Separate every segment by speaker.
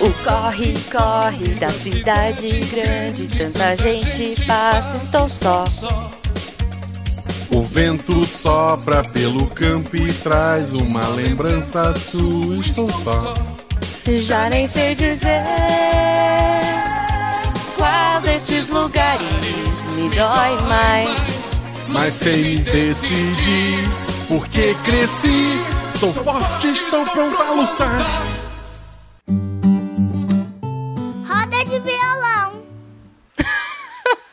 Speaker 1: O corre, corre da cidade grande, tanta gente passa, estou só.
Speaker 2: O vento sopra pelo campo e traz uma lembrança sua, estou só.
Speaker 1: Já nem sei dizer qual desses lugares me dói mais.
Speaker 2: Mas sei me decidir, porque cresci, sou forte, estou pronto a lutar.
Speaker 3: Roda de violão.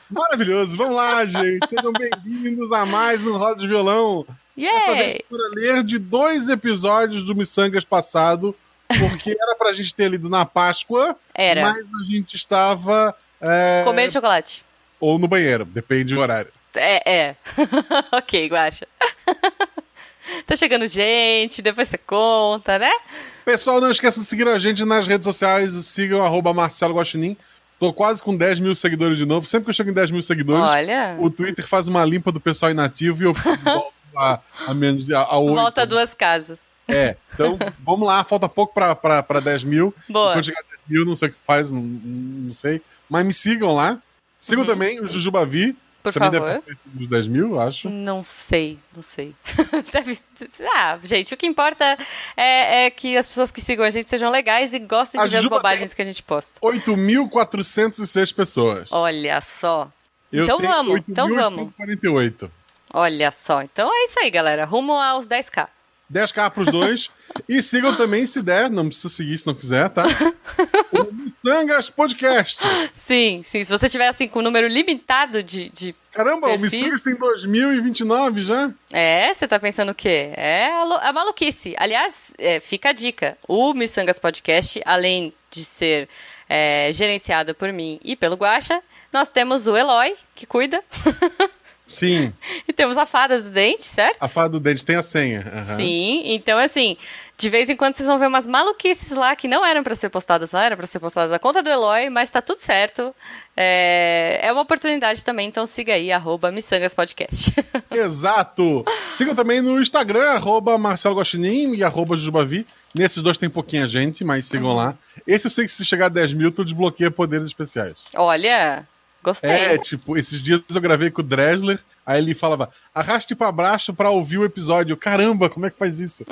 Speaker 2: Maravilhoso, vamos lá, gente. Sejam bem-vindos a mais um Roda de Violão. Essa vez
Speaker 1: Yay!
Speaker 2: para ler de dois episódios do Missangas passado, porque era pra gente ter lido na Páscoa,
Speaker 1: Era.
Speaker 2: mas a gente estava. é,
Speaker 1: Comendo chocolate.
Speaker 2: Ou no banheiro, depende do horário.
Speaker 1: É, é. ok, guacha. tá chegando gente, depois você conta, né?
Speaker 2: Pessoal, não esqueçam de seguir a gente nas redes sociais. Sigam arroba Marcelo Guaxinim. Tô quase com 10 mil seguidores de novo. Sempre que eu chego em 10 mil seguidores,
Speaker 1: Olha.
Speaker 2: o Twitter faz uma limpa do pessoal inativo e eu volto a, a menos a, a oito.
Speaker 1: Volta duas casas.
Speaker 2: É, então vamos lá, falta pouco pra, pra, pra 10 mil.
Speaker 1: Boa.
Speaker 2: Quando chegar a 10 mil, não sei o que faz, não, não sei. Mas me sigam lá. Sigam também o Jujubavi.
Speaker 1: Uhum. Por
Speaker 2: também
Speaker 1: favor. Hum.
Speaker 2: deve ter perto dos 10 mil, eu acho.
Speaker 1: Não sei, não sei. Deve- Ah, gente, o que importa é, é que as pessoas que sigam a gente sejam legais e gostem
Speaker 2: A
Speaker 1: de ver as
Speaker 2: Juba
Speaker 1: bobagens que a gente posta.
Speaker 2: 8.406 pessoas.
Speaker 1: Olha só,
Speaker 2: Eu
Speaker 1: então
Speaker 2: tenho
Speaker 1: vamos, então vamos.
Speaker 2: 8.848.
Speaker 1: olha só. Então é isso aí, galera. Rumo aos 10k.
Speaker 2: 10k pros dois. e sigam também, se der, não precisa seguir se não quiser, tá? o Missangas Podcast.
Speaker 1: Sim, sim. Se você tiver assim com um número limitado de. de...
Speaker 2: Caramba, o
Speaker 1: Perfis.
Speaker 2: Missangas tem 2029 já?
Speaker 1: É, você tá pensando o quê? É a, lo- a maluquice. Aliás, é, fica a dica. O Missangas Podcast, além de ser é, gerenciado por mim e pelo Guaxa, nós temos o Eloy, que cuida.
Speaker 2: Sim,
Speaker 1: E temos a fada do dente, certo?
Speaker 2: a fada do dente tem a senha. aham.
Speaker 1: Sim, então assim, de vez em quando vocês vão ver umas maluquices lá que não eram pra ser postadas lá, era pra ser postadas na conta do Eloy, mas tá tudo certo. É, é uma oportunidade também, então siga aí, arroba Missangas Podcast.
Speaker 2: Exato! Sigam também no Instagram, arroba Marcelo Guaxinim e arroba Jujubavi. Nesses dois tem pouquinha gente, mas
Speaker 1: Uhum.
Speaker 2: sigam lá. Esse eu sei que se chegar a 10 mil, tu desbloqueia poderes especiais.
Speaker 1: Olha, gostei.
Speaker 2: É, tipo, esses dias eu gravei com o Dresler, aí ele falava, arraste pra baixo pra ouvir o episódio. Eu, Caramba, como é que faz isso?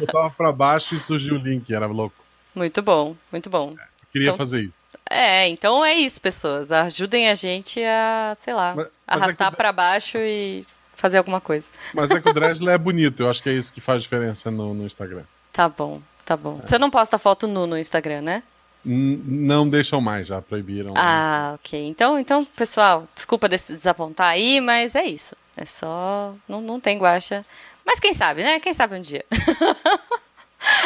Speaker 2: Botava pra baixo e surgiu o link, era louco.
Speaker 1: Muito bom, muito bom.
Speaker 2: Eu queria
Speaker 1: Então-
Speaker 2: fazer isso.
Speaker 1: É, então é isso, pessoas. Ajudem a gente a, sei lá,
Speaker 2: Mas- mas é que
Speaker 1: arrastar
Speaker 2: dá-
Speaker 1: pra baixo e fazer alguma coisa.
Speaker 2: Mas é que o Dresler é bonito, eu acho que é isso que faz diferença no, no Instagram.
Speaker 1: Tá bom, tá
Speaker 2: É.
Speaker 1: bom. Você não posta foto nu no Instagram, né?
Speaker 2: N- não deixam mais, já proibiram.
Speaker 1: Ah, ok. Então, então pessoal, desculpa des- desapontar aí, mas é isso. É só. Não, não tem guacha. Mas quem sabe, né? Quem sabe um dia.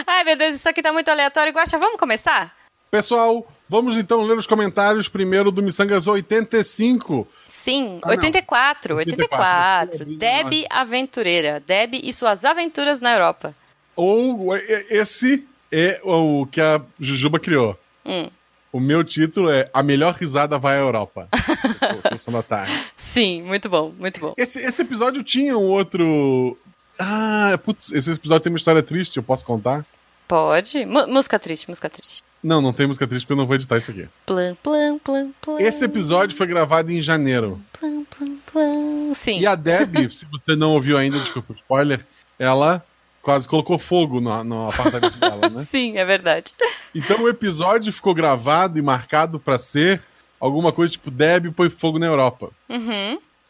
Speaker 1: Ai, meu Deus, isso aqui tá muito aleatório. Guacha, vamos começar?
Speaker 2: Pessoal, vamos então ler os comentários primeiro do Missangas 85.
Speaker 1: Sim,
Speaker 2: Ah, não.
Speaker 1: 84, 84.
Speaker 2: 84.
Speaker 1: Deb Aventureira. Deb e suas aventuras na Europa.
Speaker 2: Ou e- e- esse é o que a Jujuba criou.
Speaker 1: Hum.
Speaker 2: O meu título é A Melhor Risada Vai à Europa. Tipo, Sessão da tarde.
Speaker 1: Sim, muito bom, muito bom.
Speaker 2: Esse, esse episódio tinha um outro. Ah, putz, esse episódio tem uma história triste, eu posso contar?
Speaker 1: Pode? Mu- música triste, música triste.
Speaker 2: Não, não tem música triste porque eu não vou editar isso aqui.
Speaker 1: Plan, plan, plan, plan.
Speaker 2: Esse episódio foi gravado em janeiro.
Speaker 1: Plan, plan, plan. Sim.
Speaker 2: E a Deb, se você não ouviu ainda, desculpa o spoiler, ela quase colocou fogo no, no apartamento dela, né?
Speaker 1: Sim, é verdade.
Speaker 2: Então o episódio ficou gravado e marcado pra ser alguma coisa tipo Deb põe fogo na Europa.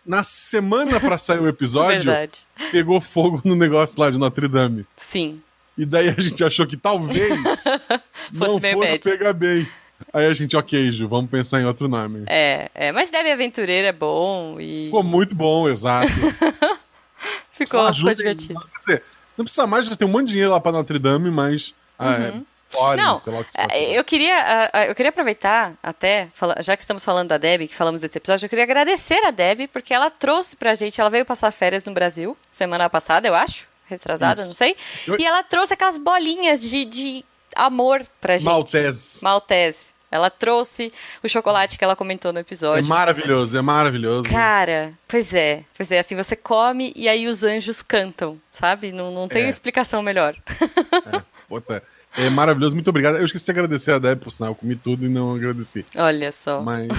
Speaker 2: Na semana pra sair o episódio,
Speaker 1: Uhum. Verdade.
Speaker 2: pegou fogo no negócio lá de Notre Dame.
Speaker 1: Sim.
Speaker 2: E daí a gente achou que talvez não
Speaker 1: meio
Speaker 2: fosse
Speaker 1: bad.
Speaker 2: pegar bem. Aí a gente, ok, Ju, vamos pensar em outro nome.
Speaker 1: É, é, mas Deb Aventureira é bom e
Speaker 2: Ficou muito bom, exato.
Speaker 1: ficou, ficou
Speaker 2: Ajudem-
Speaker 1: divertido.
Speaker 2: Quer dizer, não precisa mais, já tem um monte de dinheiro lá pra Notre Dame, mas. Ah, é, olhem,
Speaker 1: Uhum. Não,
Speaker 2: sei lá o que se
Speaker 1: é,
Speaker 2: faz.
Speaker 1: eu queria, ah, ah, eu queria aproveitar até, fala- já que estamos falando da Deb, que falamos desse episódio, eu queria agradecer a Deb, porque ela trouxe pra gente, ela veio passar férias no Brasil, semana passada, eu acho, retrasada,
Speaker 2: Isso.
Speaker 1: não sei,
Speaker 2: Eu-
Speaker 1: e ela trouxe aquelas bolinhas de, de amor pra gente.
Speaker 2: Maltese.
Speaker 1: Maltese. Ela trouxe o chocolate que ela comentou no
Speaker 2: É
Speaker 1: episódio.
Speaker 2: maravilhoso, é maravilhoso.
Speaker 1: Cara, pois é, pois é, assim, você come e aí os anjos cantam, sabe? Não, não tem
Speaker 2: É.
Speaker 1: explicação melhor.
Speaker 2: Puta, É maravilhoso, muito obrigado. Eu esqueci de agradecer a Deb, por sinal, eu comi tudo e não agradeci.
Speaker 1: Olha só.
Speaker 2: Mas.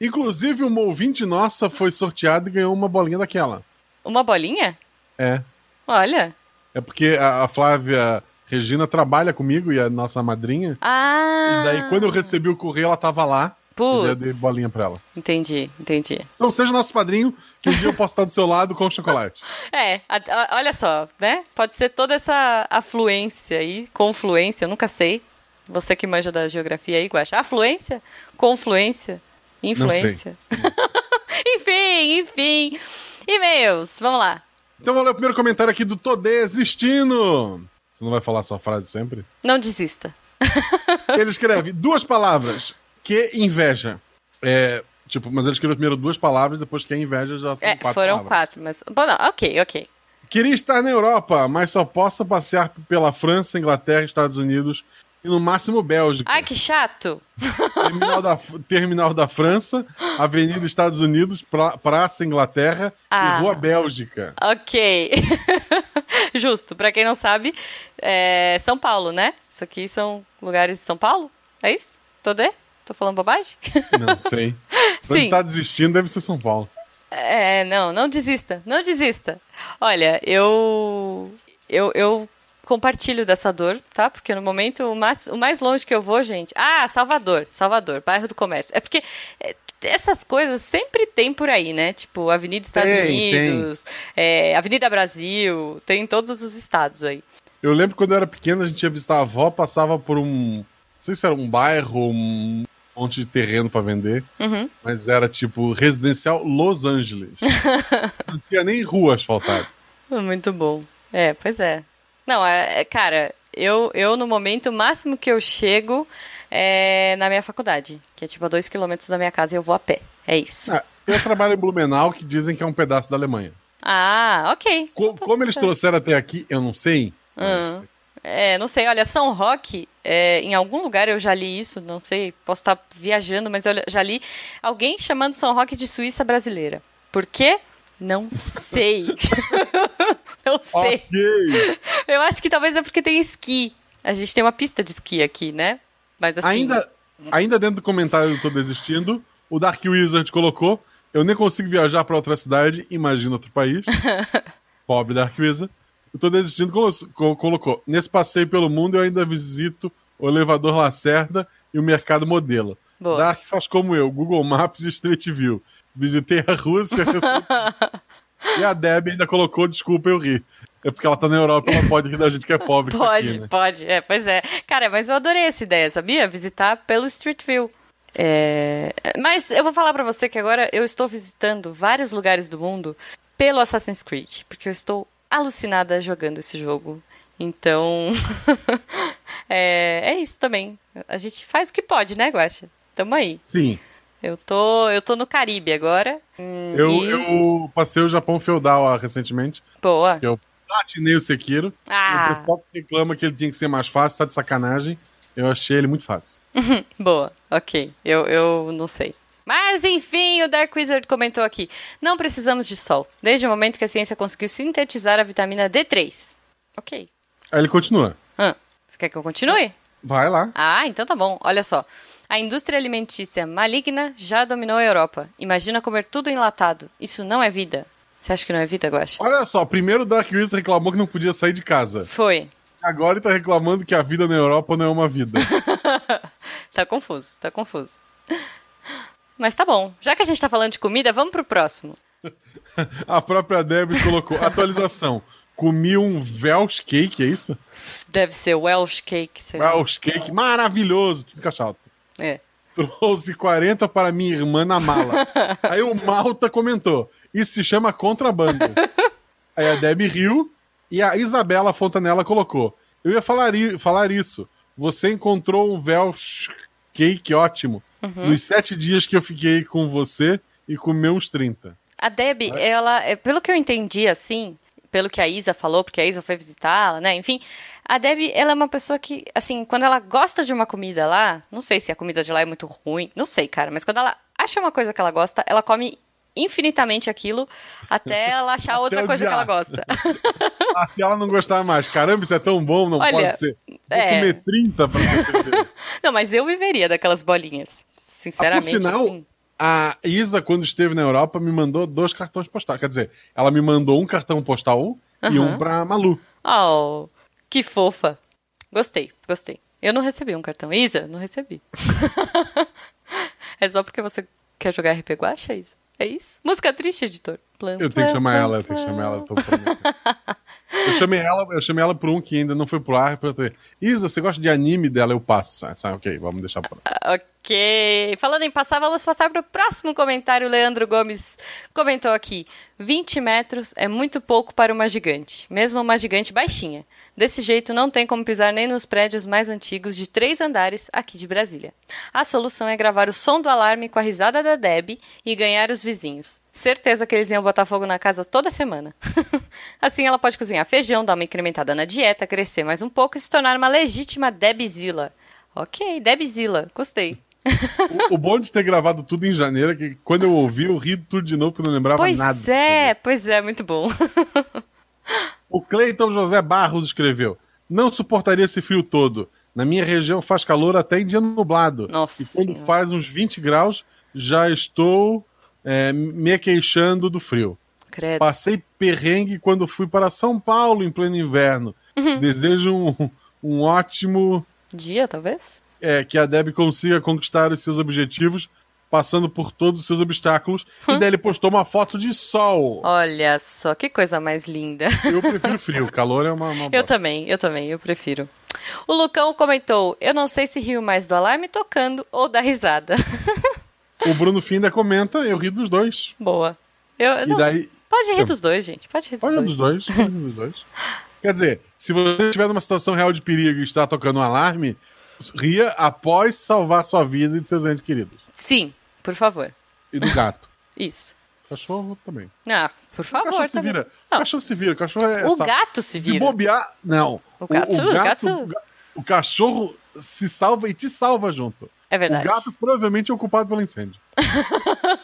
Speaker 2: Inclusive, uma ouvinte nossa foi sorteada e ganhou uma bolinha daquela.
Speaker 1: Uma bolinha?
Speaker 2: É.
Speaker 1: Olha.
Speaker 2: É porque a, a Flávia Regina trabalha comigo e a nossa madrinha.
Speaker 1: Ah.
Speaker 2: E daí, quando eu recebi o correio, ela tava lá.
Speaker 1: Putz.
Speaker 2: E eu dei bolinha pra ela.
Speaker 1: Entendi, entendi.
Speaker 2: Então seja nosso padrinho, que um dia eu posso estar do seu lado com chocolate.
Speaker 1: É, a- a- olha só, né? Pode ser toda essa afluência aí, confluência, eu nunca sei. Você que manja da geografia aí, Guaxa. Afluência? Confluência? Influência? enfim, enfim. E-mails, vamos lá.
Speaker 2: Então vamos ler o primeiro comentário aqui do Tô Desistindo. Você não vai falar sua frase sempre?
Speaker 1: Não desista.
Speaker 2: Ele escreve duas palavras. Que inveja. É, tipo, mas ele escreveu primeiro duas palavras, depois que inveja já são
Speaker 1: É,
Speaker 2: quatro
Speaker 1: foram
Speaker 2: palavras.
Speaker 1: quatro, mas. Bom, não, ok, ok.
Speaker 2: Queria estar na Europa, mas só posso passear pela França, Inglaterra, Estados Unidos e no máximo Bélgica.
Speaker 1: Ai, que chato!
Speaker 2: Terminal, da, terminal da França, Avenida Estados Unidos, pra- Praça Inglaterra
Speaker 1: Ah.
Speaker 2: e Rua Bélgica.
Speaker 1: Ok. Justo. Pra quem não sabe, é São Paulo, né? Isso aqui são lugares de São Paulo? É isso? Tô de? Tô falando bobagem?
Speaker 2: Não sei. Quando
Speaker 1: Sim.
Speaker 2: tá desistindo, deve ser São Paulo.
Speaker 1: É, não, não desista, não desista. Olha, eu eu, eu compartilho dessa dor, tá? Porque no momento o mais, o mais longe que eu vou, gente. Ah, Salvador, Salvador, bairro do Comércio. É porque é, essas coisas sempre tem por aí, né? Tipo, Avenida Estados
Speaker 2: Tem, tem.
Speaker 1: Unidos, é, Avenida Brasil, tem em todos os estados aí.
Speaker 2: Eu lembro quando eu era pequeno, a gente ia visitar a avó, passava por um. Não sei se era um bairro, um monte de terreno pra vender,
Speaker 1: Uhum.
Speaker 2: mas era tipo residencial Los Angeles. Não tinha nem rua asfaltada.
Speaker 1: Ah, Muito bom. É, pois é. Não, é, é, cara, eu, eu no momento, o máximo que eu chego é na minha faculdade, que é tipo a dois quilômetros da minha casa e eu vou a pé. É isso.
Speaker 2: Ah, eu trabalho em Blumenau, que dizem que é um pedaço da Alemanha.
Speaker 1: Ah, ok.
Speaker 2: Co-
Speaker 1: Tá
Speaker 2: como eles
Speaker 1: certo.
Speaker 2: trouxeram até aqui, eu não sei. mas
Speaker 1: Ah. É, não sei, olha, São Roque, é, em algum lugar eu já li isso, não sei, posso estar viajando, mas eu já li alguém chamando São Roque de Suíça brasileira. Por quê? Não sei. não sei.
Speaker 2: Ok.
Speaker 1: Eu acho que talvez é porque tem esqui. A gente tem uma pista de esqui aqui, né? Mas assim.
Speaker 2: Ainda, ainda dentro do comentário eu tô desistindo. O Dark Wizard colocou: Eu nem consigo viajar pra outra cidade, imagina outro país. Pobre Dark Wizard. Eu tô desistindo, colo- co- colocou. Nesse passeio pelo mundo eu ainda visito o elevador Lacerda e o mercado modelo.
Speaker 1: Boa.
Speaker 2: Dark faz como eu, Google Maps e Street View. Visitei a Rússia. e a Deb ainda colocou, desculpa, eu ri. É porque ela tá na Europa, ela pode rir da gente que é pobre. que tá
Speaker 1: Pode,
Speaker 2: aqui, né?
Speaker 1: pode. É, pois é. Cara, mas eu adorei essa ideia, sabia? Visitar pelo Street View. É, Mas eu vou falar pra você que agora eu estou visitando vários lugares do mundo pelo Assassin's Creed, porque eu estou alucinada jogando esse jogo. Então, é, é isso também. A gente faz o que pode, né, Guaxa? Tamo aí.
Speaker 2: Sim.
Speaker 1: Eu tô, eu tô no Caribe agora.
Speaker 2: Eu,
Speaker 1: E-
Speaker 2: eu passei o Japão feudal ah, recentemente,
Speaker 1: Boa.
Speaker 2: que eu platinei o Sekiro.
Speaker 1: Ah.
Speaker 2: E o pessoal que reclama que ele tinha que ser mais fácil, tá de sacanagem. Eu achei ele muito fácil.
Speaker 1: Boa, ok. Eu, eu não sei. Mas enfim, o Dark Wizard comentou aqui: não precisamos de sol, desde o momento que a ciência conseguiu sintetizar a vitamina D3. Ok.
Speaker 2: Aí ele continua.
Speaker 1: Hã, você quer que eu continue?
Speaker 2: Vai lá.
Speaker 1: Ah, então tá bom. Olha só. A indústria alimentícia maligna já dominou a Europa. Imagina comer tudo enlatado. Isso não é vida. Você acha que não é vida, Guaxa?
Speaker 2: Olha só, primeiro o Dark Wizard reclamou que não podia sair de casa.
Speaker 1: Foi.
Speaker 2: Agora ele tá reclamando que a vida na Europa não é uma vida.
Speaker 1: Tá confuso, tá confuso. Mas tá bom. Já que a gente tá falando de comida, vamos pro próximo.
Speaker 2: a própria Debs colocou. Atualização. Comi um Welsh Cake, é isso?
Speaker 1: Deve ser Welsh cake, sei lá.
Speaker 2: Welsh Cake, maravilhoso. Tudo encaixado.
Speaker 1: É.
Speaker 2: Trouxe 40 para minha irmã na mala. Aí o Malta comentou: Isso se chama contrabando. Aí a Debbie riu e a Isabela Fontanella colocou: Eu ia falar, i- falar isso. Você encontrou um Welsh cake ótimo.
Speaker 1: Uhum.
Speaker 2: Nos sete dias que eu fiquei com você e comeu uns 30.
Speaker 1: A Deb, ela, é, pelo que eu entendi, assim, pelo que a Isa falou, porque a Isa foi visitá-la, né? Enfim, a Deb, ela é uma pessoa que, assim, quando ela gosta de uma comida lá, não sei se a comida de lá é muito ruim, não sei, cara, mas quando ela acha uma coisa que ela gosta, ela come infinitamente aquilo até ela achar outra coisa que
Speaker 2: odiar.
Speaker 1: ela gosta.
Speaker 2: Ah, Até ela não gostava mais. Caramba, isso é tão bom, não
Speaker 1: Olha,
Speaker 2: pode ser. Vou
Speaker 1: É.
Speaker 2: comer 30 pra ter certeza.
Speaker 1: Não, mas eu viveria daquelas bolinhas.
Speaker 2: Ah, Por
Speaker 1: Sinceramente,
Speaker 2: sinal,
Speaker 1: assim.
Speaker 2: a Isa, quando esteve na Europa, me mandou dois cartões postais. Quer dizer, ela me mandou um cartão postal e
Speaker 1: Aham.
Speaker 2: um pra Malu.
Speaker 1: Oh, que fofa. Gostei, gostei. Eu não recebi um cartão. Isa, não recebi. é só porque você quer jogar RP Guacha, Isa? É isso? Música triste, editor. Plan,
Speaker 2: Eu tenho que
Speaker 1: plan,
Speaker 2: chamar
Speaker 1: plan,
Speaker 2: ela, eu tenho que
Speaker 1: plan.
Speaker 2: chamar ela. eu Tô falando aqui. eu chamei ela, eu chamei ela por um que ainda não foi pro ar. eu Perguntei, Isa, você gosta de anime dela? Eu passo. Ah, sabe, ok, vamos deixar por lá.
Speaker 1: Ah, Ok. Falando em passar, vamos passar para o próximo comentário. O Leandro Gomes comentou aqui: 20 metros é muito pouco para uma gigante, mesmo uma gigante baixinha. Desse jeito, não tem como pisar nem nos prédios mais antigos de três andares aqui de Brasília. A solução é gravar o som do alarme com a risada da Deb e ganhar os vizinhos. Certeza que eles iam botar fogo na casa toda semana. assim ela pode cozinhar feijão, dar uma incrementada na dieta, crescer mais um pouco e se tornar uma legítima Debzilla. Ok, Debzilla, gostei.
Speaker 2: O, o bom de ter gravado tudo em janeiro é que quando eu ouvi, eu ri tudo de novo porque eu não lembrava
Speaker 1: pois
Speaker 2: nada.
Speaker 1: é, pois é, muito bom.
Speaker 2: O Cleiton José Barros escreveu: Não suportaria esse frio todo. Na minha região faz calor até em dia nublado.
Speaker 1: Nossa
Speaker 2: e quando
Speaker 1: Senhora.
Speaker 2: faz uns 20 graus, já estou é, me queixando do frio.
Speaker 1: Credo.
Speaker 2: Passei perrengue quando fui para São Paulo em pleno inverno.
Speaker 1: Uhum.
Speaker 2: Desejo um, um ótimo.
Speaker 1: Dia, talvez?
Speaker 2: é, que a Deb consiga conquistar os seus objetivos, passando por todos os seus obstáculos. E daí ele postou uma foto de sol.
Speaker 1: Olha só, que coisa mais linda.
Speaker 2: Eu prefiro frio, calor é uma. uma
Speaker 1: Eu
Speaker 2: bosta.
Speaker 1: também, eu também, eu prefiro. O Lucão comentou: Eu não sei se rio mais do alarme tocando ou da risada.
Speaker 2: O Bruno Finda comenta, eu ri dos dois.
Speaker 1: Boa. Eu,
Speaker 2: E
Speaker 1: não,
Speaker 2: daí.
Speaker 1: Pode rir
Speaker 2: Eu-
Speaker 1: dos dois, gente. Pode rir dos
Speaker 2: Olha
Speaker 1: dois.
Speaker 2: dos dois, olha dos dois. Quer dizer, se você estiver numa situação real de perigo e está tocando um alarme, ria após salvar sua vida e de seus entes queridos.
Speaker 1: Sim, por favor.
Speaker 2: E do gato.
Speaker 1: Isso.
Speaker 2: Cachorro também.
Speaker 1: Ah, por
Speaker 2: O
Speaker 1: favor.
Speaker 2: cachorro se
Speaker 1: também.
Speaker 2: vira. O
Speaker 1: Não.
Speaker 2: cachorro se vira. O cachorro é.
Speaker 1: O
Speaker 2: sa-
Speaker 1: gato se
Speaker 2: Se
Speaker 1: vira.
Speaker 2: bobear, não.
Speaker 1: O gato- o gato-
Speaker 2: o ga- o cachorro se salva e te salva junto.
Speaker 1: É verdade.
Speaker 2: O gato provavelmente é o culpado pelo incêndio.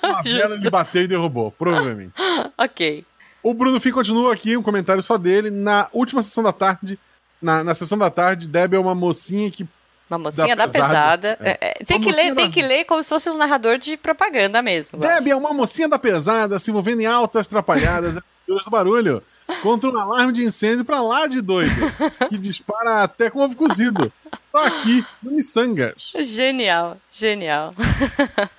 Speaker 2: Uma vela
Speaker 1: Justo.
Speaker 2: ele bateu e derrubou, provavelmente.
Speaker 1: Ok.
Speaker 2: O Bruno Fim continua aqui, um comentário só dele. Na última sessão da tarde, na, na sessão da tarde, Deb é uma mocinha que.
Speaker 1: Uma mocinha da,
Speaker 2: Da
Speaker 1: pesada.
Speaker 2: pesada.
Speaker 1: É, é, tem,
Speaker 2: Uma
Speaker 1: que ler,
Speaker 2: mocinha
Speaker 1: tem
Speaker 2: da-
Speaker 1: que ler como se fosse um narrador de propaganda mesmo. eu acho.
Speaker 2: Deb é uma mocinha da pesada, se envolvendo em altas atrapalhadas, aventuras do barulho, contra um alarme de incêndio pra lá de doido, que dispara até com ovo cozido. Só aqui, no Missangas.
Speaker 1: Genial, genial.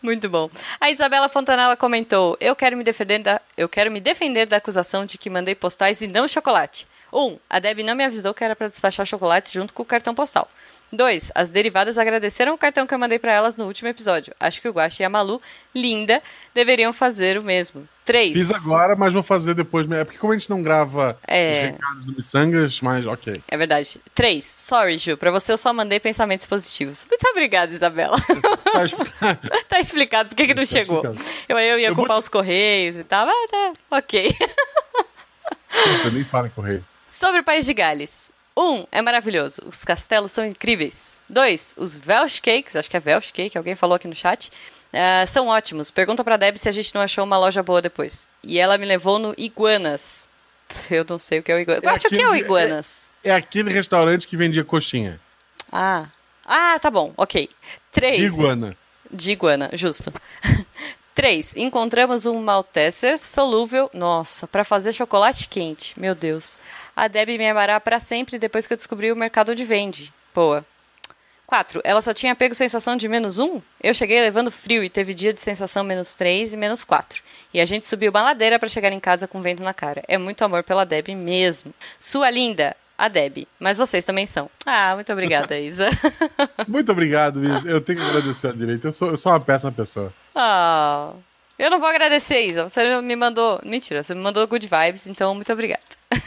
Speaker 1: Muito bom. A Isabela Fontanella comentou: Eu quero me defender da, eu quero me defender da acusação de que mandei postais e não chocolate. Um, a Deb não me avisou que era para despachar chocolate junto com o cartão postal. Dois, As derivadas agradeceram o cartão que eu mandei para elas no último episódio. Acho que o Guache e a Malu, linda, deveriam fazer o mesmo. Três.
Speaker 2: Fiz agora, mas vou fazer depois. É porque como a gente não grava
Speaker 1: É.
Speaker 2: os recados do Missangas, mas ok.
Speaker 1: É verdade. Três. Sorry, Ju. Pra você eu só mandei pensamentos positivos. Muito obrigada, Isabela.
Speaker 2: Tá, escuta-
Speaker 1: tá explicado por que, que não
Speaker 2: Tá
Speaker 1: chegou.
Speaker 2: explicado.
Speaker 1: Eu, eu ia
Speaker 2: Eu vou
Speaker 1: culpar os correios e tal, mas tá, ok.
Speaker 2: eu nem falo em correio.
Speaker 1: Sobre o País de Gales. Um, é maravilhoso. Os castelos são incríveis. Dois, os Welsh Cakes, acho que é Welsh Cake, alguém falou aqui no chat, ah, são ótimos. Pergunta pra Deb se a gente não achou uma loja boa depois. E ela me levou no Iguanas. Pff, Eu não sei o que é o Iguanas.
Speaker 2: É
Speaker 1: acho que é o
Speaker 2: aquele-
Speaker 1: Iguanas.
Speaker 2: É aquele restaurante que vendia coxinha.
Speaker 1: Ah. Ah, tá bom, ok. Três.
Speaker 2: De iguana.
Speaker 1: De iguana, justo. 3. Encontramos um Malteser solúvel, nossa, para fazer chocolate quente. Meu Deus. A Deb me amará para sempre depois que eu descobri o mercado onde vende. Boa. 4. Ela só tinha pego sensação de menos 1? Eu cheguei levando frio e teve dia de sensação menos 3 e menos 4. E a gente subiu uma ladeira para chegar em casa com vento na cara. É muito amor pela Deb mesmo. Sua linda, a Deb. Mas vocês também são. Ah, muito obrigada, Isa.
Speaker 2: Muito obrigado, Luiz. Eu tenho que agradecer a direita. Eu sou, eu sou uma péssima pessoa.
Speaker 1: Ah, eu não vou agradecer, Isa. Você me mandou. Mentira, você me mandou good vibes, então muito obrigada.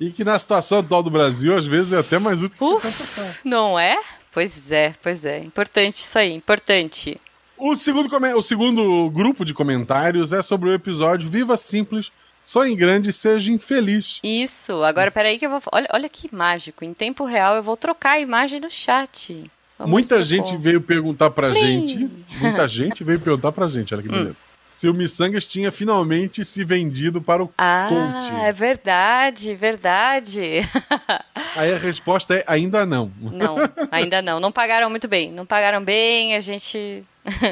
Speaker 2: E que na situação atual do Brasil, às vezes é até mais útil que
Speaker 1: Uf, não é? Pois é, pois é. Importante isso aí, importante.
Speaker 2: O segundo, come- o segundo grupo de comentários é sobre o episódio Viva Simples, só em grande, seja infeliz.
Speaker 1: Isso, agora peraí que eu vou. Olha, olha que mágico. Em tempo real eu vou trocar a imagem do chat. Vamos
Speaker 2: Muita
Speaker 1: supor.
Speaker 2: gente veio perguntar pra
Speaker 1: Plim.
Speaker 2: gente. Muita gente veio perguntar pra gente, olha que
Speaker 1: Hum.
Speaker 2: beleza. Se o Missangas tinha finalmente se vendido para o
Speaker 1: Ah,
Speaker 2: Conte.
Speaker 1: é verdade, verdade.
Speaker 2: Aí a resposta é ainda não.
Speaker 1: Não, ainda não. Não pagaram muito bem. Não pagaram bem, a gente.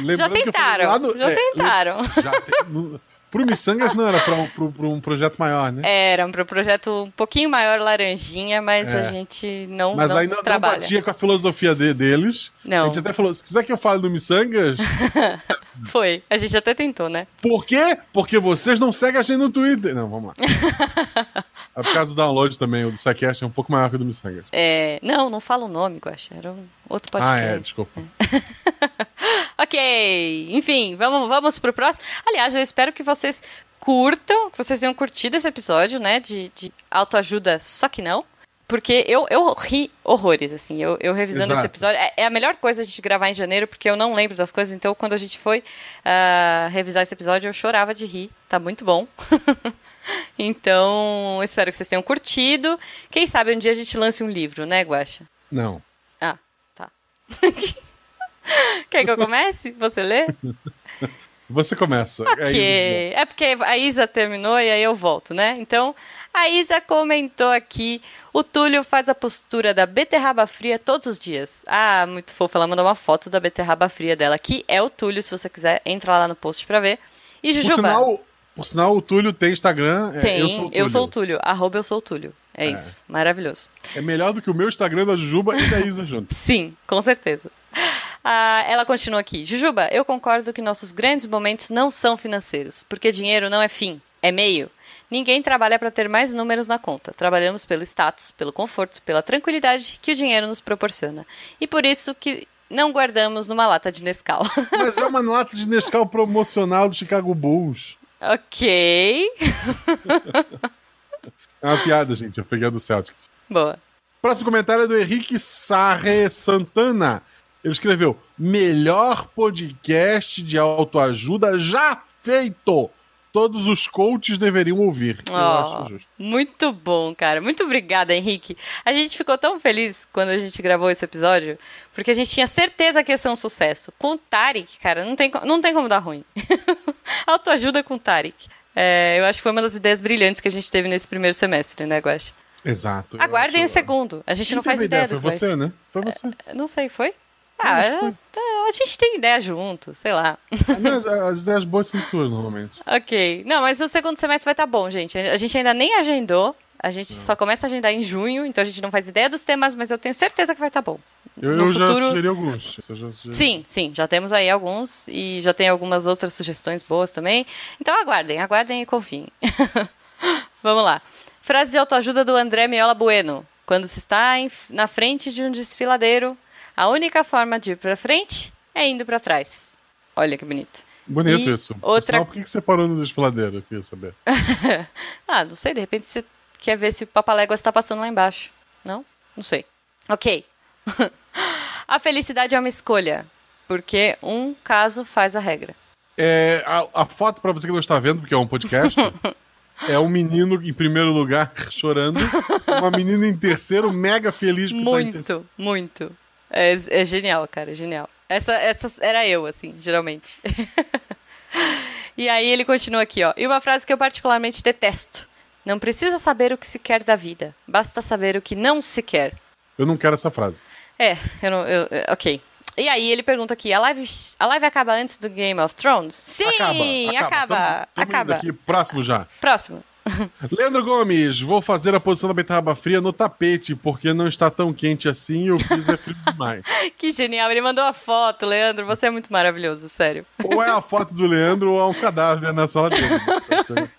Speaker 2: Lembrando que eu falei é,
Speaker 1: tentaram, já tentaram.
Speaker 2: le- já te- no- pro Missangas não era pra um, pro- pro um projeto maior, né?
Speaker 1: Era um pro- projeto um pouquinho maior, laranjinha, mas
Speaker 2: É.
Speaker 1: a gente não,
Speaker 2: Mas
Speaker 1: não
Speaker 2: aí não, não
Speaker 1: trabalha.
Speaker 2: batia com a filosofia de- deles.
Speaker 1: Não.
Speaker 2: A gente até falou, se quiser que eu fale do Missangas,
Speaker 1: Foi. A gente até tentou, né?
Speaker 2: por quê? Porque vocês não seguem a gente no Twitter. Não, vamos lá. é por causa do download também, o do Sycast é um pouco maior que o do Missangas.
Speaker 1: É, Não, não fala o nome, Guaxa. Era um outro
Speaker 2: Ah, é,
Speaker 1: podcast.
Speaker 2: desculpa.
Speaker 1: ok. Enfim, vamos, vamos pro próximo. Aliás, eu espero que vocês curtam, que vocês tenham curtido esse episódio, né? De, de autoajuda, só que não. Porque eu, eu ri horrores, assim, eu, eu revisando
Speaker 2: Exato.
Speaker 1: esse episódio. É, é a melhor coisa a gente gravar em janeiro, porque eu não lembro das coisas. Então, quando a gente foi ah, revisar esse episódio, eu chorava de rir. Tá muito bom. então, espero que vocês tenham curtido. Quem sabe um dia a gente lance um livro, né, Guaxa?
Speaker 2: Não.
Speaker 1: Ah, tá. Quer que eu comece? Você lê?
Speaker 2: Você começa. É isso.
Speaker 1: Ok. É porque a Isa terminou e aí eu volto, né? Então, a Isa comentou aqui: o Túlio faz a postura da beterraba fria todos os dias. Ah, muito fofo. Ela mandou uma foto da beterraba fria dela, que é o Túlio. Se você quiser, entra lá no post pra ver. E
Speaker 2: Por
Speaker 1: Jujuba.
Speaker 2: sinal, por sinal, o Túlio tem Instagram. é,
Speaker 1: tem,
Speaker 2: eu sou o Túlio.
Speaker 1: Túlio. Arroba eu sou o Túlio. É, isso. Maravilhoso.
Speaker 2: É melhor do que o meu Instagram da Jujuba e da Isa junto.
Speaker 1: Sim, com certeza. Ah, ela continua aqui. Jujuba, eu concordo que nossos grandes momentos não são financeiros, porque dinheiro não é fim, é meio. Ninguém trabalha para ter mais números na conta. Trabalhamos pelo status, pelo conforto, pela tranquilidade que o dinheiro nos proporciona. E por isso que não guardamos numa lata de Nescau.
Speaker 2: Mas é uma lata de Nescau promocional do Chicago Bulls.
Speaker 1: ok.
Speaker 2: É uma piada, gente. Eu peguei a do Celtic.
Speaker 1: Boa.
Speaker 2: Próximo comentário é do Henrique Sarre Santana. Ele escreveu: Melhor podcast de autoajuda já feito. Todos os coaches deveriam ouvir. Eu
Speaker 1: Ó,
Speaker 2: acho justo.
Speaker 1: muito bom, cara. Muito obrigada, Henrique. A gente ficou tão feliz quando a gente gravou esse episódio, porque a gente tinha certeza que ia ser um sucesso. Com o Tarek, cara, não tem, co- não tem como dar ruim. Autoajuda com o Tarek. É, eu acho que foi uma das ideias brilhantes que a gente teve nesse primeiro semestre, né, Guache?
Speaker 2: Exato. eu
Speaker 1: Aguardem o
Speaker 2: acho-
Speaker 1: segundo. A gente
Speaker 2: Quem
Speaker 1: não faz
Speaker 2: teve
Speaker 1: ideia,
Speaker 2: Foi
Speaker 1: do que vai
Speaker 2: você,
Speaker 1: ser.
Speaker 2: né? é. Foi você.
Speaker 1: Não sei, foi? Ah,
Speaker 2: acho que foi.
Speaker 1: tá, a gente tem ideia junto, sei lá.
Speaker 2: Mas as ideias boas são suas, normalmente.
Speaker 1: Ok. Não, mas o segundo semestre vai estar bom, gente. A gente ainda nem agendou. A gente só começa a agendar em junho, então a gente não faz ideia dos temas, mas eu tenho certeza que vai estar bom.
Speaker 2: Eu,
Speaker 1: No
Speaker 2: eu já
Speaker 1: futuro-
Speaker 2: sugeri alguns. Eu já sugeri.
Speaker 1: Sim, sim, já temos aí alguns e já tem algumas outras sugestões boas também. Então aguardem, aguardem e confiem. Vamos lá. Frase de autoajuda do André Miola Bueno. Quando se está em- na frente de um desfiladeiro, a única forma de ir para frente é indo para trás. Olha que bonito.
Speaker 2: Bonito
Speaker 1: E
Speaker 2: isso. Por
Speaker 1: Outra
Speaker 2: sinal, por que que você parou no desfiladeiro? Eu queria saber.
Speaker 1: ah, não sei, de repente você quer ver se o Papaléguas está passando lá embaixo. Não? Não sei. Ok. a felicidade é uma escolha, porque um caso faz a regra.
Speaker 2: É, a, a foto, pra você que não está vendo, porque é um podcast, é um menino em primeiro lugar chorando, uma menina em terceiro, mega feliz porque tá em terceiro.
Speaker 1: Muito, muito. É, é genial, cara, é genial. Essa, essa era eu, assim, geralmente. e aí ele continua aqui, ó. E uma frase que eu particularmente detesto. Não precisa saber o que se quer da vida, basta saber o que não se quer.
Speaker 2: Eu não quero essa frase.
Speaker 1: É, eu não. eu- eu- ok. E aí ele pergunta aqui: a live, a live acaba antes do Game of Thrones? Sim, acaba. Acaba.
Speaker 2: Tamo- tamo indo aqui, próximo já.
Speaker 1: Próximo.
Speaker 2: Leandro Gomes, vou fazer a posição da beterraba fria no tapete, porque não está tão quente assim e o piso é frio demais.
Speaker 1: Que genial. Ele mandou a foto, Leandro. Você é muito maravilhoso, sério.
Speaker 2: ou é a foto do Leandro ou é um cadáver na sala dele.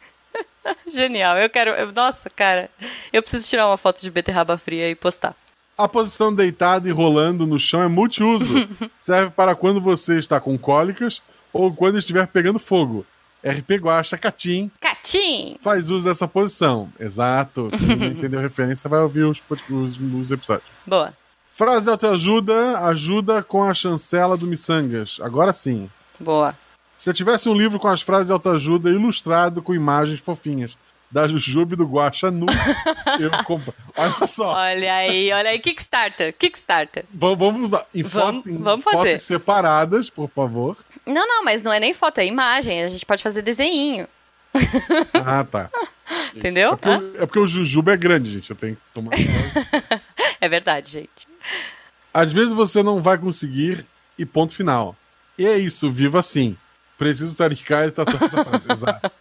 Speaker 1: Genial. Eu quero. eu- nossa, cara. Eu preciso tirar uma foto de beterraba fria e postar.
Speaker 2: A posição deitada e rolando no chão é multiuso. Serve para quando você está com cólicas ou quando estiver pegando fogo. RP Guacha Catim
Speaker 1: Catim!
Speaker 2: faz uso dessa posição. Exato. Quem não entendeu a referência vai ouvir os, pod- os- os episódios.
Speaker 1: Boa.
Speaker 2: Frase autoajuda, ajuda com a chancela do Missangas. Agora sim.
Speaker 1: Boa.
Speaker 2: Se eu tivesse um livro com as frases de autoajuda ilustrado com imagens fofinhas da Jujube e do Guacha nu, eu compro. Olha só.
Speaker 1: Olha aí, olha aí. Kickstarter. Kickstarter.
Speaker 2: Vamos, vamos lá. Em,
Speaker 1: Vamos-
Speaker 2: foto, em
Speaker 1: vamos
Speaker 2: fotos
Speaker 1: fazer.
Speaker 2: separadas, por favor.
Speaker 1: Não, não, mas não é nem foto, é imagem. A gente pode fazer desenho.
Speaker 2: Ah, tá.
Speaker 1: Entendeu?
Speaker 2: Porque o- é porque o Jujuba é grande, gente. Eu tenho que tomar. cuidado.
Speaker 1: É verdade, gente.
Speaker 2: Às vezes você não vai conseguir e ponto final. E é isso, viva assim. Preciso taricar e tatuar essa frase. Exato.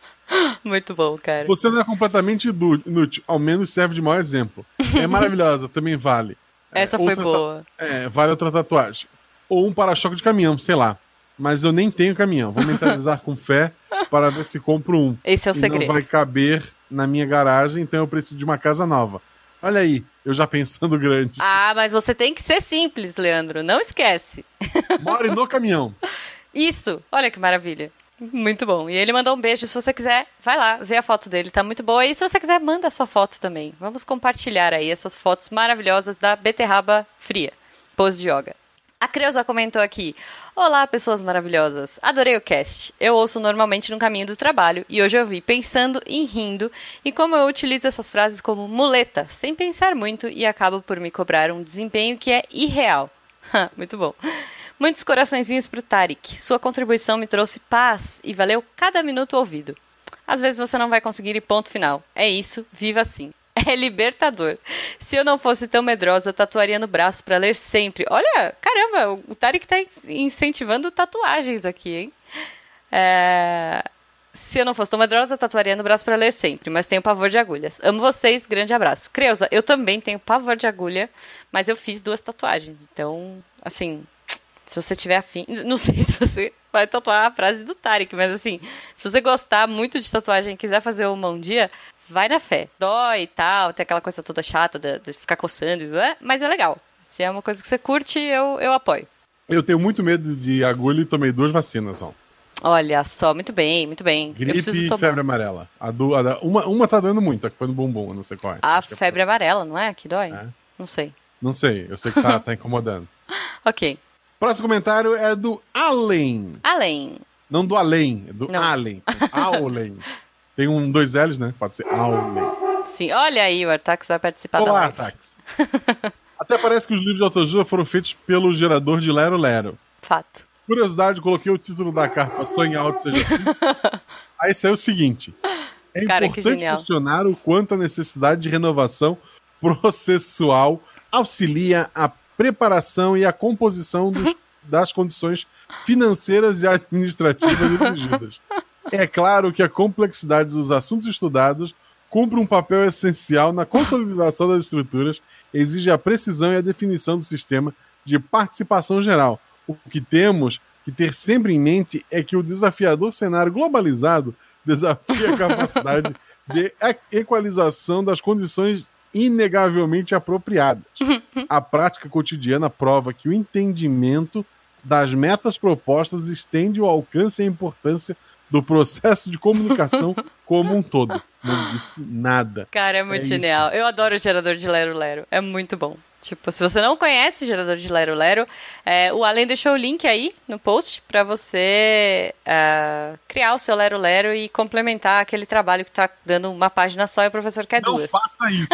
Speaker 1: Muito bom, cara.
Speaker 2: Você não é completamente inú- inútil, ao menos serve de maior exemplo. É maravilhosa, também vale. É,
Speaker 1: Essa foi
Speaker 2: outra
Speaker 1: boa.
Speaker 2: ta- É, vale outra tatuagem. Ou um para-choque de caminhão, sei lá. Mas eu nem tenho caminhão. Vou mentalizar com fé para ver se compro um.
Speaker 1: Esse é o
Speaker 2: E
Speaker 1: segredo.
Speaker 2: Não vai caber na minha garagem, então eu preciso de uma casa nova. Olha aí, eu já pensando grande.
Speaker 1: Ah, mas você tem que ser simples, Leandro. Não esquece.
Speaker 2: More no caminhão.
Speaker 1: Isso! Olha que maravilha. Muito bom. E ele mandou um beijo. Se você quiser, vai lá, vê a foto dele, tá muito boa. E se você quiser, manda a sua foto também. Vamos compartilhar aí essas fotos maravilhosas da beterraba fria. Pose de yoga. A Creuza comentou aqui: Olá, pessoas maravilhosas. Adorei o cast. Eu ouço normalmente no caminho do trabalho e hoje eu vi pensando e rindo e como eu utilizo essas frases como muleta, sem pensar muito e acabo por me cobrar um desempenho que é irreal. muito bom. Muitos coraçõezinhos pro Tarik. Sua contribuição me trouxe paz e valeu cada minuto ouvido. Às vezes você não vai conseguir e ponto final. É isso, viva assim. É libertador. Se eu não fosse tão medrosa, tatuaria no braço pra ler sempre. Olha, caramba, o Tarik tá in- incentivando tatuagens aqui, hein? É, Se eu não fosse tão medrosa, tatuaria no braço pra ler sempre, mas tenho pavor de agulhas. Amo vocês, grande abraço. Creuza, eu também tenho pavor de agulha, mas eu fiz duas tatuagens. Então, assim, se você tiver afim. Não sei se você vai tatuar a frase do Tarek, mas assim, se você gostar muito de tatuagem e quiser fazer uma um dia, vai na fé. Dói e tal, tem aquela coisa toda chata de, de ficar coçando, né? mas é legal. Se é uma coisa que você curte, eu, eu apoio.
Speaker 2: Eu tenho muito medo de agulha e tomei duas vacinas, ó.
Speaker 1: Olha só, muito bem, muito bem. eu
Speaker 2: Gripe
Speaker 1: preciso
Speaker 2: e
Speaker 1: tomar.
Speaker 2: febre amarela. A do- a da- uma, uma tá doendo muito, a que foi no bumbum, eu não sei qual é.
Speaker 1: A
Speaker 2: Acho que é-
Speaker 1: febre amarela, não é? Que dói?
Speaker 2: É.
Speaker 1: Não sei.
Speaker 2: Não sei, eu sei que tá, tá incomodando.
Speaker 1: Ok.
Speaker 2: Próximo comentário é do Allen.
Speaker 1: Além.
Speaker 2: Não do além, é do
Speaker 1: Não.
Speaker 2: Allen. Allen. Tem um dois L's, né? Pode ser Allen.
Speaker 1: Sim, olha aí, o Artax vai participar da
Speaker 2: Olá,
Speaker 1: live.
Speaker 2: Atax. Até parece que os livros de autoajuda foram feitos pelo gerador de Lero Lero.
Speaker 1: Fato.
Speaker 2: Curiosidade, coloquei o título da carpa Só em Alto Seja Assim. Aí saiu o seguinte. É
Speaker 1: Cara, que
Speaker 2: importante
Speaker 1: genial.
Speaker 2: questionar o quanto a necessidade de renovação processual auxilia a preparação e a composição dos- das condições financeiras e administrativas exigidas. É claro que a complexidade dos assuntos estudados cumpre um papel essencial na consolidação das estruturas, exige a precisão e a definição do sistema de participação geral. O que temos que ter sempre em mente é que o desafiador cenário globalizado desafia a capacidade de e- equalização das condições inegavelmente apropriadas. A prática cotidiana prova que o entendimento das metas propostas estende o alcance e a importância do processo de comunicação como um todo. Não disse nada.
Speaker 1: Cara, é muito
Speaker 2: É isso.
Speaker 1: genial. Eu adoro o gerador de Lero Lero. É muito bom. Tipo, se você não conhece o gerador de Lero Lero, é, o Além deixou o link aí no post pra você ah, criar o seu Lero Lero e complementar aquele trabalho que tá dando uma página só e o professor quer
Speaker 2: Não
Speaker 1: É duas.
Speaker 2: faça isso.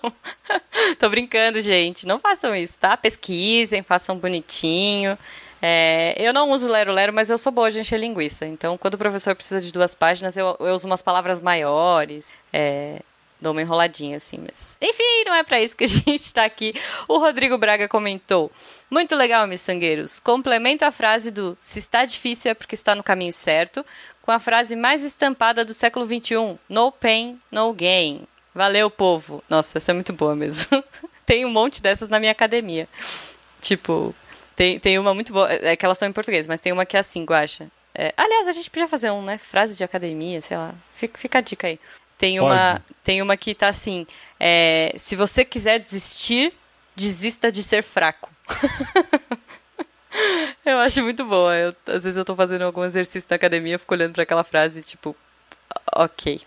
Speaker 1: Tô brincando, gente. Não façam isso, tá? Pesquisem, façam bonitinho. É, eu não uso Lero Lero, mas eu sou boa de encher linguiça. Então, quando o professor precisa de duas páginas, eu, eu uso umas palavras maiores. É, dou uma enroladinha, assim. Mas... Enfim, não é pra isso que a gente tá aqui. O Rodrigo Braga comentou. Muito legal, miçangueiros. Complemento a frase do se está difícil é porque está no caminho certo com a frase mais estampada do século XXI. No pain, no gain. Valeu, povo. Nossa, essa é muito boa mesmo. tem um monte dessas na minha academia. Tipo, tem, tem uma muito boa. É que elas são em português, mas tem uma que é assim, guacha. É, aliás, a gente podia fazer um, né? Frases de academia, sei lá. Fica, fica a dica aí. Tem uma, tem uma que tá assim: é, se você quiser desistir, desista de ser fraco. Eu acho muito boa. Eu- às vezes eu tô fazendo algum exercício na academia, eu fico olhando pra aquela frase, tipo, ok.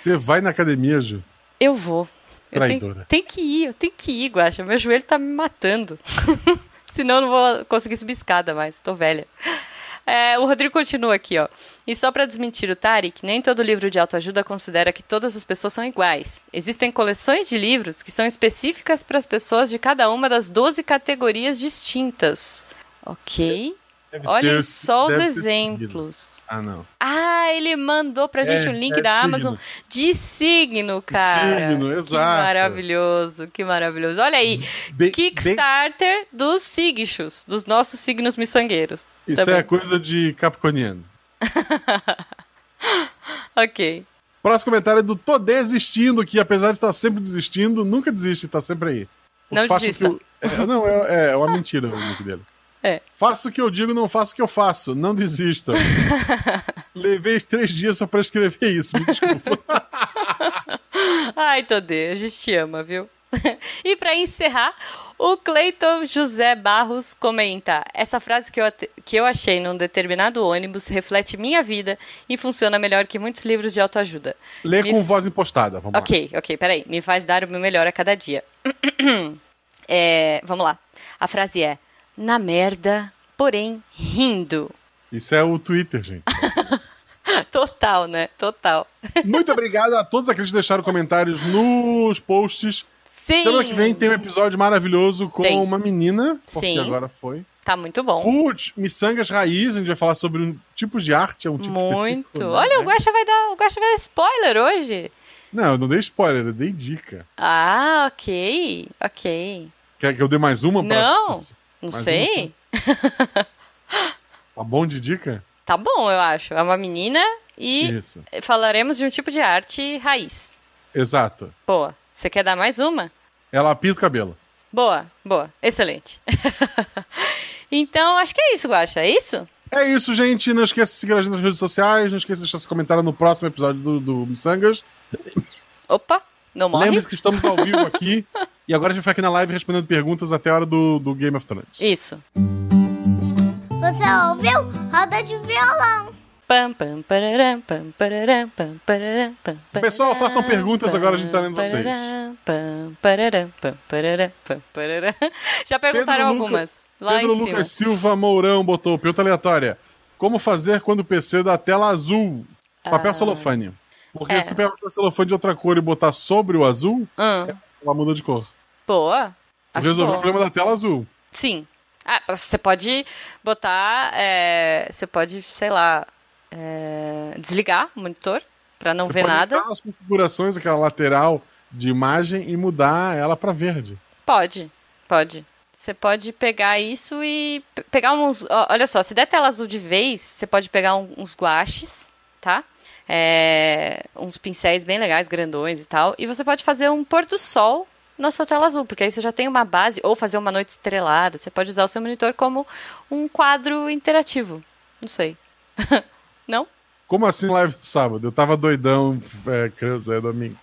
Speaker 2: Você vai na academia, Ju.
Speaker 1: Eu vou. Eu tenho,
Speaker 2: Traidora.
Speaker 1: tenho que ir, eu tenho que ir, Guaxa. Meu joelho tá me matando. Senão eu não vou conseguir subir escada mais, tô velha. É, o Rodrigo continua aqui, ó. E só pra desmentir o Tarek, nem todo livro de autoajuda considera que todas as pessoas são iguais. Existem coleções de livros que são específicas para as pessoas de cada uma das 12 categorias distintas. Ok?
Speaker 2: Deve
Speaker 1: Olhem
Speaker 2: ser-
Speaker 1: só os
Speaker 2: deve ser seguido.
Speaker 1: exemplos.
Speaker 2: Ah, não.
Speaker 1: Ah, ele mandou pra gente
Speaker 2: É,
Speaker 1: o link
Speaker 2: é
Speaker 1: da
Speaker 2: signo.
Speaker 1: Amazon de signo, cara.
Speaker 2: signo, exato.
Speaker 1: Que maravilhoso, que maravilhoso. Olha aí,
Speaker 2: Bem-
Speaker 1: Kickstarter dos signos, dos nossos signos miçangueiros. Tá
Speaker 2: Isso
Speaker 1: Também.
Speaker 2: é coisa de capricorniano.
Speaker 1: Ok.
Speaker 2: Próximo comentário é do Tô Desistindo, que apesar de estar sempre desistindo, nunca desiste, tá sempre aí. O
Speaker 1: Não
Speaker 2: que faço
Speaker 1: desista.
Speaker 2: que eu- é, não, é, é uma mentira o nick dele.
Speaker 1: É.
Speaker 2: Faço o que eu digo, não faço o que eu faço. Não desista. Levei três dias só pra escrever isso, me desculpa.
Speaker 1: Ai, Todê, a gente te ama, viu? e pra encerrar, o Cleiton José Barros comenta: Essa frase que eu, at- que eu achei num determinado ônibus reflete minha vida e funciona melhor que muitos livros de autoajuda.
Speaker 2: Lê
Speaker 1: Me
Speaker 2: com voz impostada, vamos lá.
Speaker 1: Ok, ok, peraí. Me faz dar o meu melhor a cada dia. É, vamos lá. A frase é: na merda, porém rindo.
Speaker 2: Isso é o Twitter, gente.
Speaker 1: Total, né? Total.
Speaker 2: Muito obrigado a todos aqueles que deixaram comentários nos posts.
Speaker 1: Sim.
Speaker 2: Semana que vem tem um episódio maravilhoso com
Speaker 1: Tem.
Speaker 2: uma menina, porque
Speaker 1: Sim.
Speaker 2: agora foi.
Speaker 1: Tá muito bom.
Speaker 2: Putz, miçangas raiz, a gente vai falar sobre um tipo de arte, é um tipo específico,
Speaker 1: Muito.
Speaker 2: né?
Speaker 1: Olha, o Guaxa vai dar, o Guaxa vai dar spoiler hoje.
Speaker 2: Não, eu não dei spoiler, eu dei dica.
Speaker 1: Ah, ok. OK.
Speaker 2: Quer que eu dê mais uma? pra-
Speaker 1: Não. Não
Speaker 2: Mais
Speaker 1: sei.
Speaker 2: uma, sim. Tá bom de dica?
Speaker 1: Tá bom, eu acho. É uma menina e
Speaker 2: Isso.
Speaker 1: falaremos de um tipo de arte raiz.
Speaker 2: Exato.
Speaker 1: Boa. Você quer dar mais uma?
Speaker 2: Ela pinta o cabelo.
Speaker 1: Boa, boa, excelente. então, acho que é isso, Guaxa, é isso?
Speaker 2: É isso, gente. Não esqueça de seguir a gente nas redes sociais. Não esqueça de deixar seu comentário no próximo episódio do, do Missangas.
Speaker 1: Opa, não morre?
Speaker 2: Lembre-se que estamos ao vivo aqui. e agora a gente vai ficar aqui na live respondendo perguntas até a hora do, do Game of Thrones.
Speaker 1: Isso.
Speaker 3: Você ouviu? Roda de violão.
Speaker 1: Pam, pam, pararam, pam, pararam, pam, pararam, pam, pararam,
Speaker 2: Pessoal, façam perguntas, agora a gente tá lendo vocês.
Speaker 1: pararam, Pam, pararam, pam, pararam, pam, pararam. Já perguntaram
Speaker 2: Pedro Lucas-
Speaker 1: algumas lá
Speaker 2: Pedro
Speaker 1: em cima.
Speaker 2: Lucas Silva Mourão botou pergunta aleatória. Como fazer quando o PC dá tela azul? Papel celofane. Porque
Speaker 1: Ah. É.
Speaker 2: se tu pegar papel celofane de outra cor e botar sobre o azul,
Speaker 1: Hum,
Speaker 2: ela muda de cor.
Speaker 1: boa.
Speaker 2: Tu
Speaker 1: Acho
Speaker 2: resolveu
Speaker 1: boa.
Speaker 2: o problema da tela azul.
Speaker 1: Sim. Ah, você pode botar. é, você pode, sei lá, é, desligar o monitor pra não
Speaker 2: Você
Speaker 1: ver
Speaker 2: pode
Speaker 1: nada.
Speaker 2: mudar As configurações, aquela lateral de imagem e mudar ela pra verde.
Speaker 1: Pode, pode. Você pode pegar isso e pe- pegar uns. ó, Olha só, se der tela azul de vez, você pode pegar um- uns guaches, tá? É, uns pincéis bem legais, grandões e tal. E você pode fazer um pôr do sol na sua tela azul, porque aí você já tem uma base, ou fazer uma noite estrelada. Você pode usar o seu monitor como um quadro interativo. Não sei. Não?
Speaker 2: Como assim live no sábado? Eu tava doidão, é, Creuza, é domingo.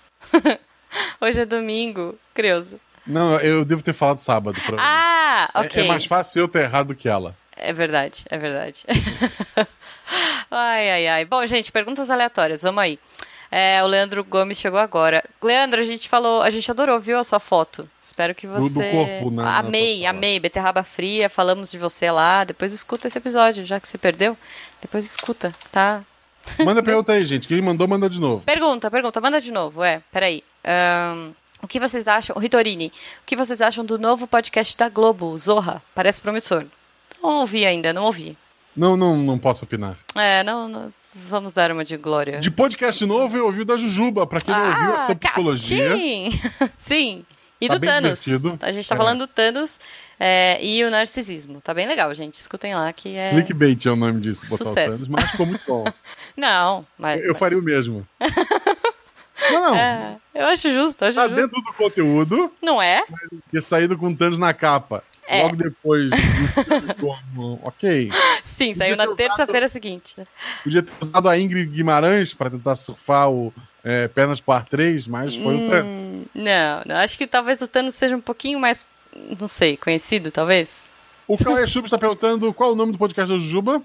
Speaker 1: Hoje é domingo, Creuza.
Speaker 2: Não, eu devo ter falado sábado. provavelmente.
Speaker 1: Ah,
Speaker 2: É-
Speaker 1: ok.
Speaker 2: é mais fácil eu ter errado do que ela.
Speaker 1: É verdade, é verdade. ai, ai, ai. Bom, gente, perguntas aleatórias, vamos aí. É, o Leandro Gomes chegou agora. Leandro, a gente falou, a gente adorou, viu, a sua foto. Espero que
Speaker 2: do
Speaker 1: você.
Speaker 2: corpo né, na- na
Speaker 1: amei,
Speaker 2: tua sala.
Speaker 1: amei. Beterraba fria, falamos de você lá. Depois escuta esse episódio, já que você perdeu. Depois escuta, tá?
Speaker 2: Manda a pergunta aí, gente. Quem mandou, manda de novo.
Speaker 1: Pergunta, pergunta, manda de novo. É, peraí. Ahn, o que vocês acham, Ritorini, o que vocês acham do novo podcast da Globo, Zorra? Parece promissor. Não ouvi ainda, não ouvi.
Speaker 2: Não, não, não posso opinar.
Speaker 1: É, não, não- vamos dar uma de glória.
Speaker 2: De podcast novo, eu ouvi o da Jujuba. Pra
Speaker 1: Ah,
Speaker 2: quem não ouviu, é sobre psicologia.
Speaker 1: Sim, sim. E
Speaker 2: Tá
Speaker 1: do
Speaker 2: bem
Speaker 1: Thanos.
Speaker 2: divertido.
Speaker 1: A gente tá
Speaker 2: É.
Speaker 1: falando do Thanos é, e o narcisismo. Tá bem legal, gente. Escutem lá que é.
Speaker 2: Clickbait é o nome disso, botar o
Speaker 1: Sucesso.
Speaker 2: Thanos, mas ficou muito bom.
Speaker 1: Não, mas.
Speaker 2: Eu faria o mesmo. Não, não.
Speaker 1: É, eu acho justo, eu acho
Speaker 2: Tá
Speaker 1: justo.
Speaker 2: dentro do conteúdo,
Speaker 1: Não é?
Speaker 2: ter saído com o Thanos na capa.
Speaker 1: É.
Speaker 2: Logo depois do filme como- Ok.
Speaker 1: Sim, saiu na
Speaker 2: ter usado-
Speaker 1: terça-feira seguinte.
Speaker 2: Podia ter usado a Ingrid Guimarães pra tentar surfar o é, Pernas Par 3, mas foi o Thanos.
Speaker 1: Hum, não, não, acho que talvez o Thanos seja um pouquinho mais. Não sei, conhecido, talvez?
Speaker 2: O Cauê Chubb está perguntando qual o nome do podcast da Jujuba.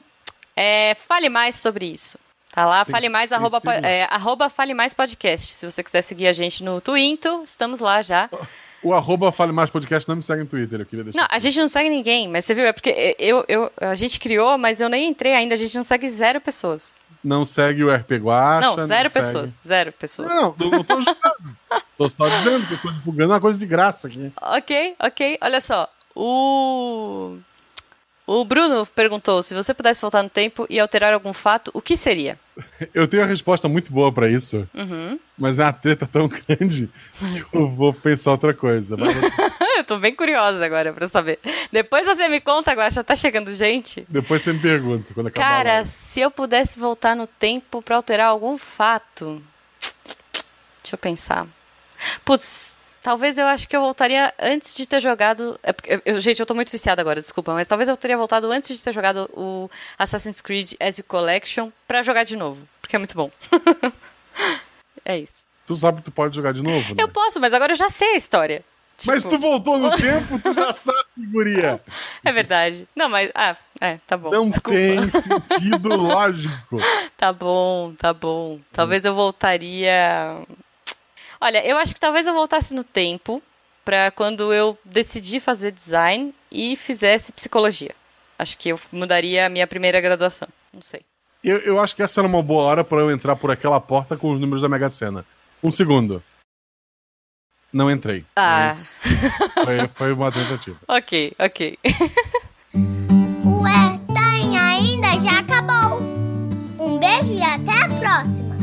Speaker 1: É, fale mais sobre isso. Tá lá,
Speaker 2: Tem-
Speaker 1: fale mais,
Speaker 2: tem
Speaker 1: arroba, po-
Speaker 2: sido.
Speaker 1: é, arroba fale mais podcast. Se você quiser seguir a gente no Twinto, estamos lá já.
Speaker 2: O arroba Fale Mais Podcast não me segue no Twitter, eu queria deixar.
Speaker 1: Não, a gente não segue ninguém, mas você viu, é porque eu, eu, a gente criou, mas eu nem entrei ainda, a gente não segue zero pessoas.
Speaker 2: Não segue o RP Guacha.
Speaker 1: não, zero
Speaker 2: segue-
Speaker 1: pessoas, zero pessoas.
Speaker 2: Não, não, não tô julgando. tô só dizendo que eu tô divulgando uma coisa de graça aqui.
Speaker 1: Ok, ok, olha só, o... O Bruno perguntou: se você pudesse voltar no tempo e alterar algum fato, o que seria?
Speaker 2: Eu tenho uma resposta muito boa pra isso,
Speaker 1: Uhum.
Speaker 2: mas é uma treta tão grande que eu vou pensar outra coisa. Mas você-
Speaker 1: Eu tô bem curiosa agora pra saber. Depois você me conta, agora já tá chegando gente.
Speaker 2: depois você me pergunta quando acabar.
Speaker 1: Cara,
Speaker 2: logo.
Speaker 1: se eu pudesse voltar no tempo pra alterar algum fato. Deixa eu pensar. Putz, talvez eu acho que eu voltaria antes de ter jogado. é porque- eu- gente, eu tô muito viciada agora, desculpa, mas talvez eu teria voltado antes de ter jogado o Assassin's Creed Ezio Collection pra jogar de novo, porque é muito bom. é isso.
Speaker 2: Tu sabe que tu pode jogar de novo, né?
Speaker 1: Eu posso, mas agora eu já sei a história.
Speaker 2: Mas
Speaker 1: Tipo,
Speaker 2: tu voltou no tempo, tu já sabe, guria.
Speaker 1: É verdade. Não, mas. Ah, é, tá bom.
Speaker 2: Não
Speaker 1: desculpa.
Speaker 2: tem sentido lógico.
Speaker 1: Tá bom, tá bom. Talvez eu voltaria. Olha, eu acho que talvez eu voltasse no tempo pra quando eu decidi fazer design e fizesse psicologia. Acho que eu mudaria a minha primeira graduação. Não sei.
Speaker 2: Eu, eu acho que essa era uma boa hora pra eu entrar por aquela porta com os números da Mega Sena. Um segundo. Não entrei.
Speaker 1: Ah.
Speaker 2: Mas Foi, foi uma tentativa.
Speaker 1: Ok, ok.
Speaker 3: Ué, tem ainda, já acabou. Um beijo e até a próxima.